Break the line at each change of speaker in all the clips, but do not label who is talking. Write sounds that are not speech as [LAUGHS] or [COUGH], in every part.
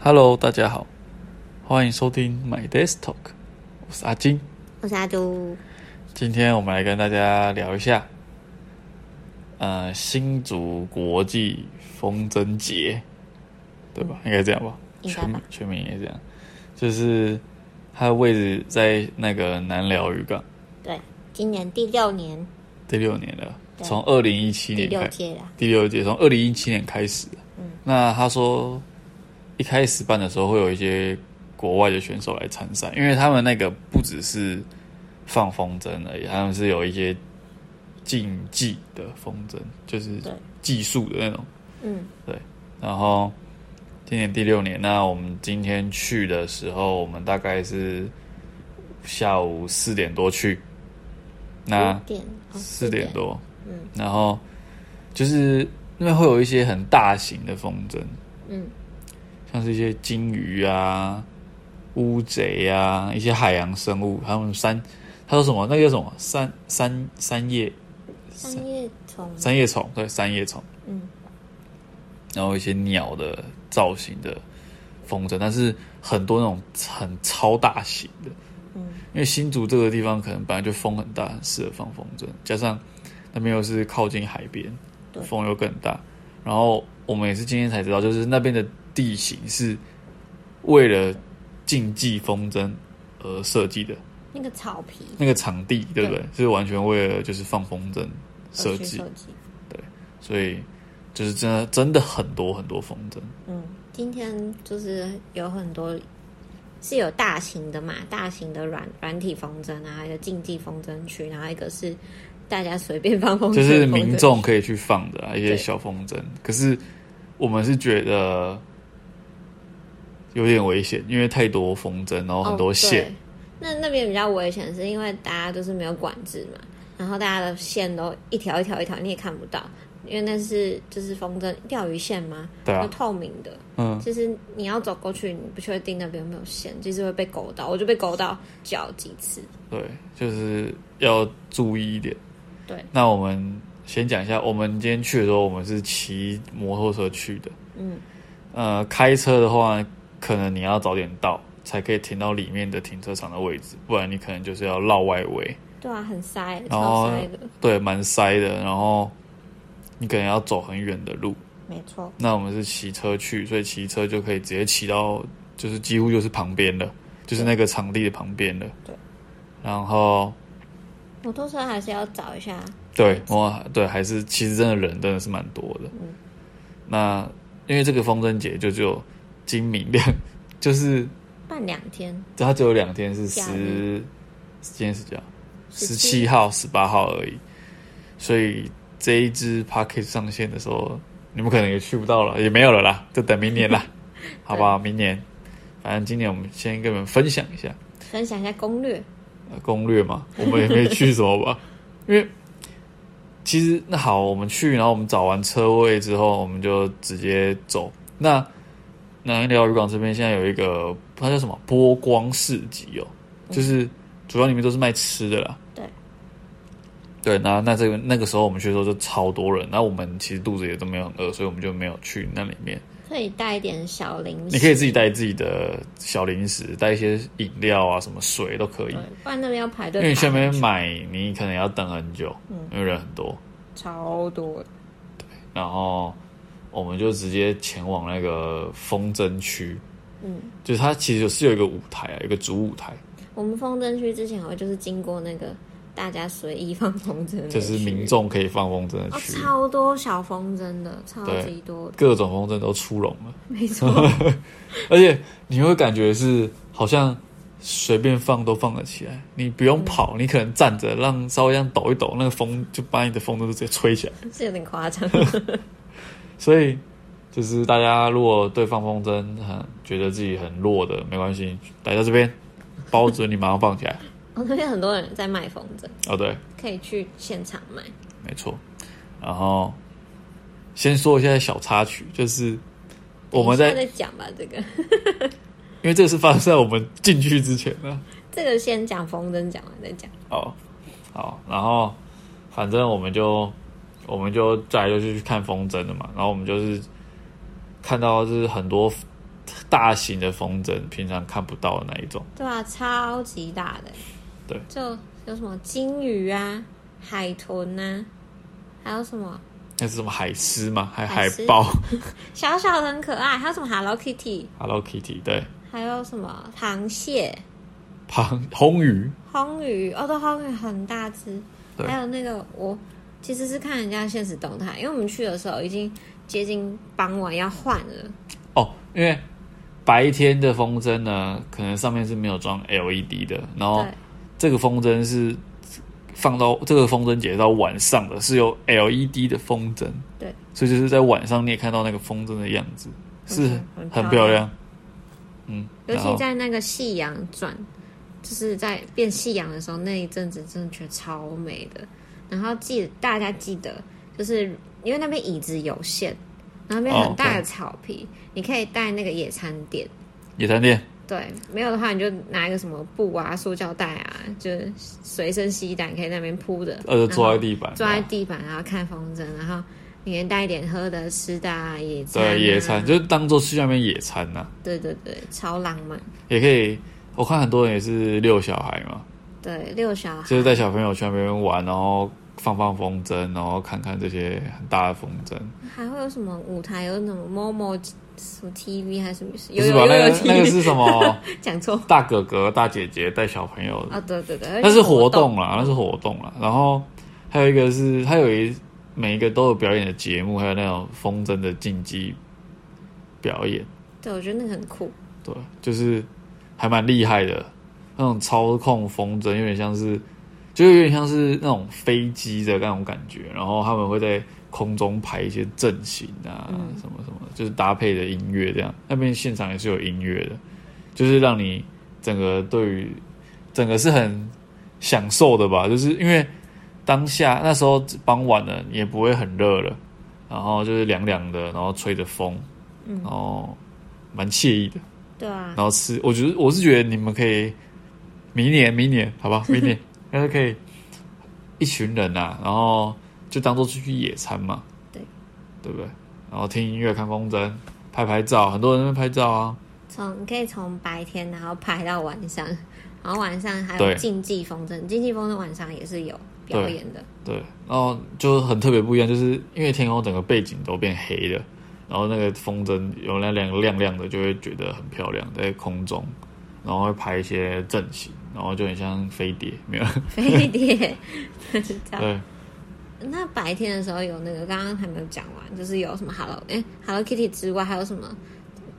Hello，大家好，欢迎收听 My Desk Talk，我是阿金。
我是阿朱，
今天我们来跟大家聊一下，呃，新竹国际风筝节，对吧？应该这样吧，
嗯应该
全
吧
全名也这样，就是它的位置在那个南寮渔港，
对，今年第六年
第六年了，
对
从二零一七
第
年啊
六
开
届啦，
第六届，从二零一七年开始的。
嗯
那他说一开始办的时候会有一些国外的选手来参赛，因为他们那个不只是放风筝而已，他们是有一些竞技的风筝，就是
对
技术的那种。
嗯，
然后今年第六年，那我们今天去的时候，我们大概是下午四点多去，那。
五点哦
四点，多，
嗯，
然后就是那边会有一些很大型的风筝，
嗯，
像是一些鲸鱼啊、乌贼啊，一些海洋生物，还有山，他说什么？那个叫什么？山山山叶
三月从
山叶虫，对，山叶虫，
嗯，
然后一些鸟的造型的风筝，但是很多那种很超大型的，
嗯，
因为新竹这个地方可能本来就风很大，很适合放风筝，加上那边又是靠近海边
对，
风又更大。然后我们也是今天才知道，就是那边的地形是为了竞技风筝而设计的，
那个草皮哦
那个场地对不对？
对
是完全为了就是放风筝设
而去
计
设，计，
所以就是真的真的很多很多风筝，
嗯，今天就是有很多是有大型的嘛，大型的软软体风筝啊，一个竞技风筝区，然后一个是大家随便放风筝，
就是民众
以，
可以去放的、啊、一些
对
小风筝。可是我们是觉得有点危险，因为太多风筝，然后很多线，
哦对那那边比较危险，是因为大家就是没有管制嘛，然后大家的线都一条一条一条，你也看不到，因为那是就是风筝钓鱼线嘛，
对
就
啊，
透明的。
嗯，
其实你要走过去，你不确定那边有没有线，就是会被勾到。我就被勾到脚几次。
对，就是要注意一点。
对，
那我们先讲一下，我们今天去的时候，我们是骑摩托车去的，
嗯，
呃，开车的话，可能你要早点到。才可以停到里面的停车场的位置，不然你可能就是要绕外围，
对啊，很塞，
然后
超塞的，
对，蛮塞的。然后你可能要走很远的路，
没错。
那我们是骑车去，所以骑车就可以直接骑到，就是几乎就是旁边了，就是那个场地的旁边了。
对。
然后，
摩托车还是要找一下，
对，哇，对，还是其实真的人真的是蛮多的。
嗯。
那因为这个风筝节就只有今明两， [LAUGHS] 就是
办两天，
它只有两天是
假
十，今天是这样，十
17
七号、十八号而已，所以这一支 p a c k a g e 上线的时候，你们可能也去不到了，也没有了啦，就等明年 [LAUGHS] 啦，好不好？明年，反正今年我们先跟你们分享一下
分享一下攻略。
呃攻略嘛，我们也没去什么吧， [LAUGHS] 因为其实那好，我们去，然后我们找完车位之后，我们就直接走。那南寮渔港这边现在有一个，它叫什么波光市集哦，就是主要里面都是卖吃的啦。
对。
对，那那这个那个时候我们去的时候就超多人，那我们其实肚子也都没有很饿，所以我们就没有去那里面。
可以带一点小零食，
你可以自己带自己的小零食，带一些饮料啊，什么水都可以
对。，不然那边要排队
因
排
为你
很久。
去那边买，你可能要等很久，因为人很多。
嗯超多的，
然后我们就直接前往那个风筝区，
嗯，
就是它其实是有一个舞台啊，有一个主舞台，
我们风筝区之前，我就是经过那个大家随意放风筝的区域，
就是民众可以放风筝的
哦，
区，
超多小风筝的，超级多的，
各种风筝都出笼了，
没错，
而且你会感觉是好像。随便放都放得起来，你不用
嗯
跑，你可能站着让稍微这样抖一抖，那个风就把你的风筝都直接吹起来。
是有点
[LAUGHS]
夸张。
所以就是大家如果对放风筝很觉得自己很弱的，没关系，来到这边，包准你马上放起来。
我哦那边很多人在卖风筝，
哦，对，
可以去现场买。
没错。然后先说一下小插曲，就是我们在
等一下再讲吧，这个
因为这个是发生在我们进去之前呢、
这个先讲风筝，讲完再讲。
哦，好，然后反正我们就我们就再来就去看风筝了嘛，然后我们就是看到就是很多大型的风筝，平常看不到的那一种。
对啊，超级大的、
对，
就有什么金鱼啊、海豚啊，还有什么
那是什么海狮吗？还
海
海
狮
豹 [LAUGHS]
小小的很可爱，还有什么 Hello Kitty，
？Hello Kitty，对，
还有什么螃蟹、
螃红鱼，
红鱼，哦，都红鱼很大只，
对
还有那个我其实是看人家现实动态，因为我们去的时候已经接近傍晚要换了，
哦，因为白天的风筝呢，可能上面是没有装 LED 的，然后
对，
这个风筝是放到这个风筝节到晚上的，是有 LED 的风筝，
对，
所以就是在晚上你也看到那个风筝的样子，是
嗯很
很
漂
漂
亮
亮，嗯，
尤
然
其
后
在那个夕阳转，就是在变夕阳的时候，那一阵子真的觉得超美的。然后记得大家记得，就是因为那边椅子有限，然后那边
哦
很大的
对
草皮，你可以带那个野餐垫。
野餐店，
对，没有的话你就拿一个什么布啊、塑胶袋啊，就是随身携带，你可以在那边铺的，
呃，就坐在
然后
地板，
坐在地板，然后看风筝，然后你可以带一点喝的、吃的啊，野餐、
对野餐，，就是当做去那边野餐呐、
对对对，超浪漫。
也可以。我看很多人也是遛小孩嘛，
对，遛小孩
就是带小朋友去那边玩，然后放放风筝，然后看看这些很大的风筝。
还会有什么舞台？有什么 MOMO 什么 TV 还是什么？
不
有
是
有
吧？
有
那
有
个那个
TV，
是哦什么？ [LAUGHS]
[LAUGHS] 讲错
大哥哥、大姐姐带小朋友，
啊！对对对，
那是活
动
动啦，那是活动啦。然后还有一个是，它有一每一个都有表演的节目，还有那种风筝的竞技表演，
对，我觉得那个很酷。
对，就是还蛮厉害的。那种操控风筝有点像是，就有点像是那种飞机的那种感觉。然后他们会在空中排一些阵型啊，
嗯
什么什么的，就是搭配的音乐这样。那边现场也是有音乐的，就是让你整个对于整个是很享受的吧，就是因为当下那时候傍晚了，也不会很热了，然后就是凉凉的，然后吹着风，
嗯
然后蛮惬意的。
对啊，
然后吃，我觉得我是觉得你们可以明年，明年好吧，明年但是可以一群人啊，然后就当做出去野餐嘛，
对，
对不对？然后听音乐、看风筝、拍拍照，很多人在拍照啊，
从你可以从白天然后拍到晚上，然后晚上还有
对
竞技风筝，竞技风筝晚上也是有表演的。
对，然后就很特别不一样，就是因为天空整个背景都变黑了，然后那个风筝有那亮亮亮的，就会觉得很漂亮，在空中，然后会拍一些阵型，然后就很像飞碟，没有？
飞碟， [LAUGHS] 这样。
对，
那白天的时候有那个，刚刚还没有讲完，就是有什么 Hello 哎、Hello Kitty 之外，还有什么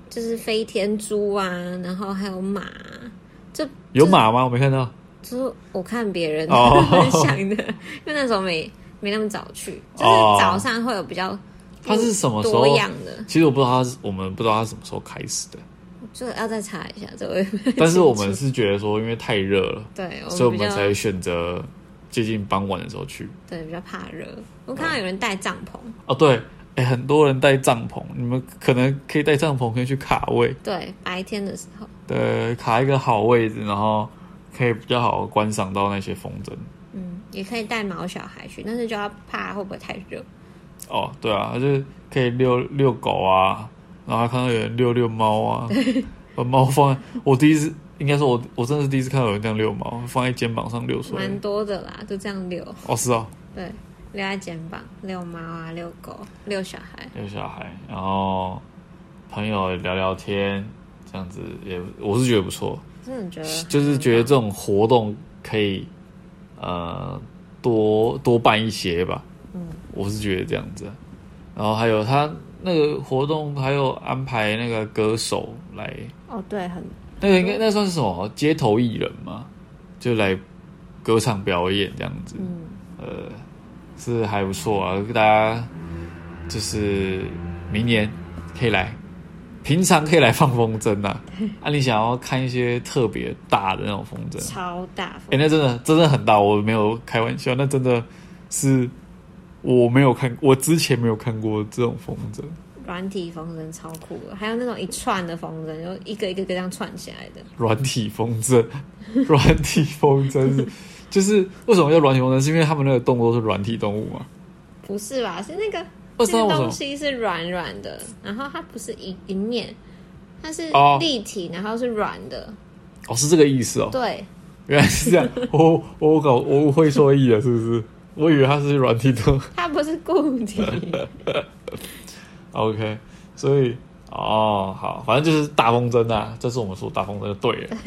就是飞天猪啊，然后还有马啊，就
有马吗？我没看到。
就是我看别人 [LAUGHS]
哦
分享的，因为那时候没没那么早去，就是
哦
早上会有比较
它是什么时候
多样的，
其实我不知道他是，我们不知道他什么时候开始的，
就要再查一下这位。 [LAUGHS]
但是我们是觉得说，因为太热了，
对，
所以我
比
们
较
才选择接近傍晚的时候去。
对比较怕热。我看到有人带帐篷，
哦，对，哎，很多人带帐篷，你们可能可以带帐篷，可以去卡位，
对，白天的时候，
对，卡一个好位置，然后可以比较好观赏到那些风筝。
嗯，也可以带毛小孩去，但是就要怕会不会太热。
哦，对啊，就是可以遛遛狗啊，然后还看到有人遛遛猫啊，把猫放在，我第一次。应该说我，我真的是第一次看到有人这样遛猫，放在肩膀上遛出来。
蛮多的啦，就这样遛，
哦，是哦，
对，遛在肩膀，遛猫啊，遛狗，遛小孩，
有小孩，然后朋友聊聊天，这样子也我是觉得不错，
真的觉得
就是觉得
很
这种活动可以呃多多办一些吧。
嗯，
我是觉得这样子。然后还有他那个活动，还有安排那个歌手来，
棒哦，对，很
那个应该那算是什么街头艺人嘛，就来歌唱表演这样子。
嗯，
呃，是还不错啊，大家就是明年可以来，平常可以来放风筝呐、啊。啊，你想要看一些特别大的那种风筝，
超大
哎、
风，
那真的真的很大，我没有开玩笑，那真的是我没有看，我之前没有看过这种风筝。
软体风筝超酷的，还有那种一串的风筝，就一个一个一个这样串起来的，
软体风筝， [LAUGHS] 软体风筝是就是为什么叫软体风筝？是因为他们那个动物都是软体动物嘛？
不是吧？是那个
不知
这
道
个
为什
东
么
西是软软的，然后它不是一一面，它是
哦
立体，然后是软的，
哦，是这个意思哦，
对，
原来是这样， [LAUGHS] 我我搞我会错意了，是不是？我以为它是软体的。
它不是固体，
[LAUGHS] OK，所以哦，好，反正就是大风筝啊，这是我们说大风筝就对
[LAUGHS]
了。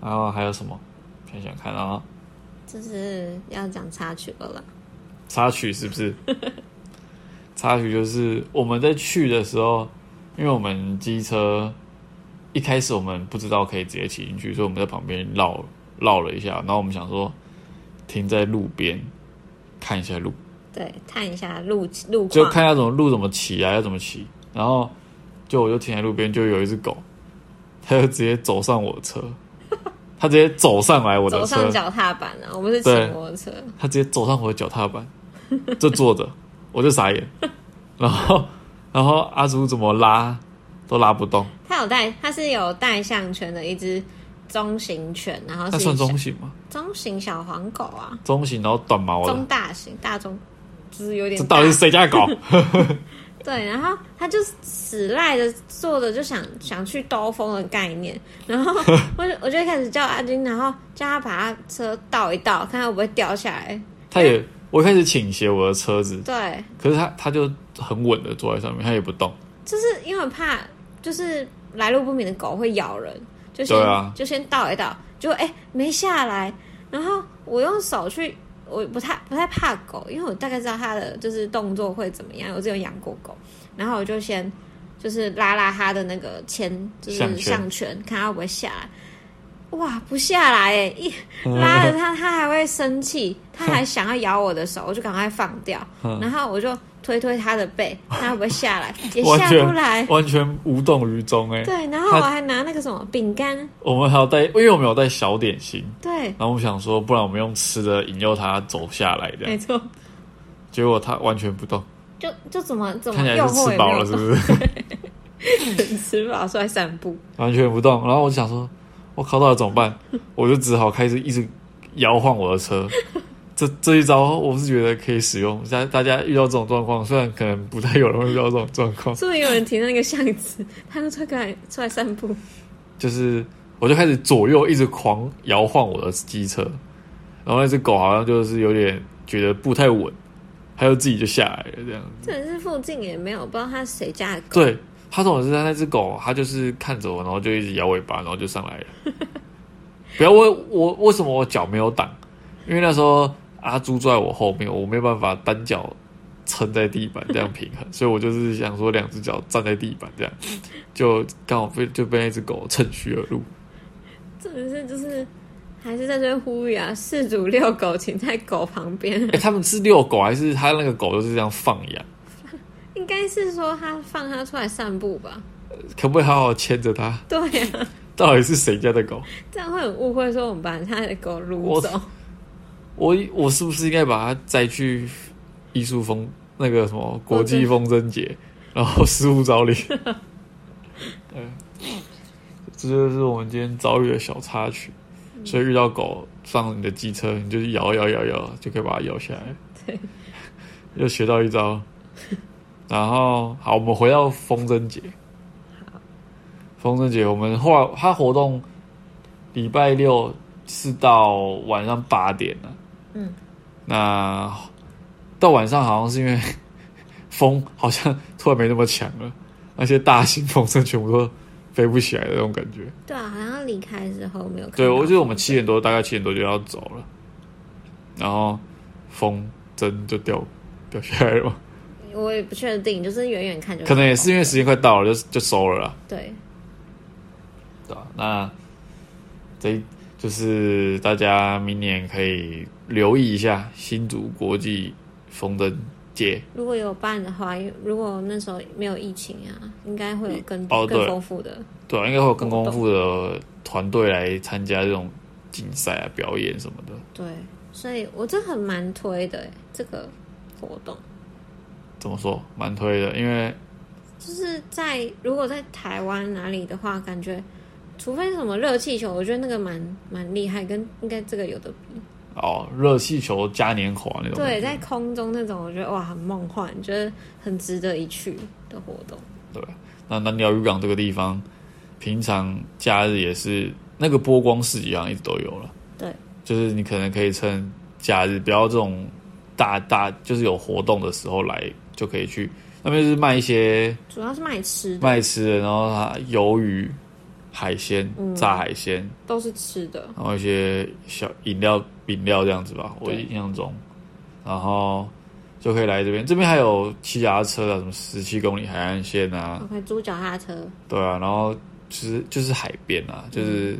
然后还有什么？想想看啊，
就是要讲插曲了啦。
插曲是不
[LAUGHS]
是？插曲就是我们在去的时候，因为我们机车一开始我们不知道可以直接骑进去，所以我们在旁边绕绕了一下，然后我们想说停在路边看一下路，
对，看一下路路
就
况，
看要怎么路怎么骑啊，要怎么骑。然后就我就停在路边，就有一只狗，它就直接走上我的车，它直接走上来我的
走
车
上，脚踏板啊，我们是骑
对
摩托车，
它直接走上我的脚踏板， [LAUGHS] 就坐着，我就傻眼。然后，然后阿祖怎么拉都拉不动，
它有带，它是有带项圈的一只中型犬，然后
那
是
算
小
中型吗？
中型小黄狗啊，
中型，然后短毛
中
的，
大型大中，就是有点
哦这
大
到底是谁家的
[LAUGHS]
狗？
对，然后他就死赖着坐着，就想想去兜风的概念。
[LAUGHS]
然后我就我就一开始叫阿金，然后叫他把他车倒一倒，看他会不会掉下来。
它也，我一开始倾斜我的车子，
对，
可是它它就很稳的坐在上面，它也不动。
就是因为怕就是来路不明的狗会咬人，就先、
对啊
就先倒一倒，就哎、没下来，然后我用手去。我不太不太怕狗，因为我大概知道它的就是动作会怎么样。我之前有养过狗，然后我就先就是拉拉它的那个牵，就是
项圈
项圈，看它会不会下来。哇，不下来哎！一拉了它，它还会生气，它还想要咬我的
嗯
手，我就赶快放掉。然后我就推推它的
[LAUGHS]
背，它会不会下来？也
完
下
全
不来。
完全无动于衷哎、
哎对，然后
它
我还拿那个什么饼干，
我们还有带，因为我们有带小点心，
对，
然后我们想说，不然我们用吃的引诱它走下来这
没
样，
错，
结果它完全不动，
就就怎么怎么
看起来
哦诱
是
惑
吃
也
饱
没
了
有
是不是？
动， [LAUGHS] 吃饱出来散步，
完全不动。然后我就想说，我靠，到底怎么办？我就只好开始一直摇晃我的车。这这一招我是觉得可以使用，大大家遇到这种状况，虽然可能不太有人会遇到这种状况，
是不是有人停那个巷子，他们出来出来散
[LAUGHS]
步？
就是我就开始左右一直狂摇晃我的机车，然后那只狗好像就是有点觉得不太稳，它就自己就下来了这样。
这人是附近也没有，不知道他谁家的狗，
对，它总是它那只狗，它就是看着我，然后就一直摇尾巴，然后就上来了。不要问我为什么我脚没有挡，因为那时候阿朱坐在我后面，我没有办法单脚撑在地板这样平衡，所以我就是想说两只脚站在地板这样， [LAUGHS] 就刚好被就被那只狗趁虚而入。
这人是就是还是在这边呼吁啊，饲主遛狗请在狗旁边，
哎、他们是遛狗还是他那个狗就是这样放养？
应该是说他放他出来散步吧？
可不可以好好牵着它？
[LAUGHS] 对呀、啊，
到底是谁家的狗？
这样会很误会，说我们把他的狗掳走。
我我是不是应该把它载去艺术风那个什么国际风筝节，然后失物招领？嗯，这就是我们今天遭遇的小插曲。所以遇到狗上你的机车，你就是摇摇摇摇，就可以把它摇下来。
对，
又学到一招。然后好，我们回到风筝节。风筝节，我们后来它活动礼拜六是到晚上八点啊了。
嗯，
那到晚上好像是因为 [LAUGHS] 风好像突然没那么强了，那些大型风筝全部都飞不起来的那种感觉。
[LAUGHS] 对啊，好像离开之后没有看到。
对，我觉得我们七点多，大概七点多就要走了，然后风筝就掉掉下来了嘛，
我也不确定，就是远远看就
可能也是因为时间快到了，就就收了啦，
对，
对吧、那这一就是大家明年可以留意一下新竹国际风筝节
如果有办的话，因为如果那时候没有疫情啊，应该会有更、
哦对
更丰富的。
对啊，应该会有更丰富的团队来参加这种竞赛啊、表演什么的。
对，所以我这很蛮推的欸这个活动，
怎么说？蛮推的，因为
就是在如果在台湾哪里的话，感觉除非是什么热气球，我觉得那个蛮蛮厉害，跟应该这个有的比。
哦，热气球嘉年华那种。
对，在空中那种，我觉得哇很梦幻，觉得很值得一去的活动。
对吧那南寮渔港这个地方，平常假日也是那个波光市集好像一直都有了。
对，
就是你可能可以趁假日，不要这种大大就是有活动的时候来，就可以去那边就是卖一些
主要是卖吃的，
卖吃的，然后它鱿鱼、海鲜、
嗯
炸海鲜，
都是吃的。
然后一些小饮料、饮料这样子吧，我
对
印象中，然后就可以来这边。这边还有骑脚踏车啊，什么十七公里海岸线啊，
我可以租脚踏车，
对啊，然后就是就是海边啊，就是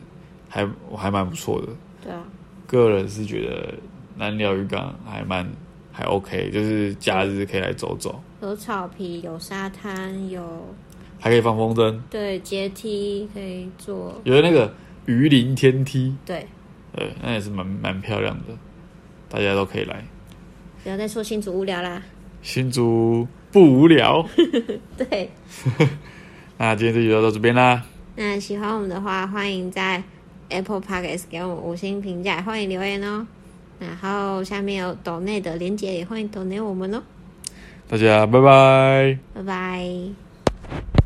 还我还蛮不错的。
对啊，
个人是觉得南寮渔港还蛮还 OK，就是假日可以来走走，
有草皮，有沙滩，有
还可以放风筝，
对阶梯可以坐，
有那个鱼鳞天梯，
对，
对，那也是蛮蛮漂亮的，大家都可以来。
不要再说新竹无聊啦。 [LAUGHS]
新竹不无聊。
对，
那今天这集就到这边啦，
那喜欢我们的话，欢迎在 Apple Podcast 给我们五星评价，欢迎留言哦。然后下面有抖内的连接，也欢迎抖内我们哦。
大家拜拜。
拜拜。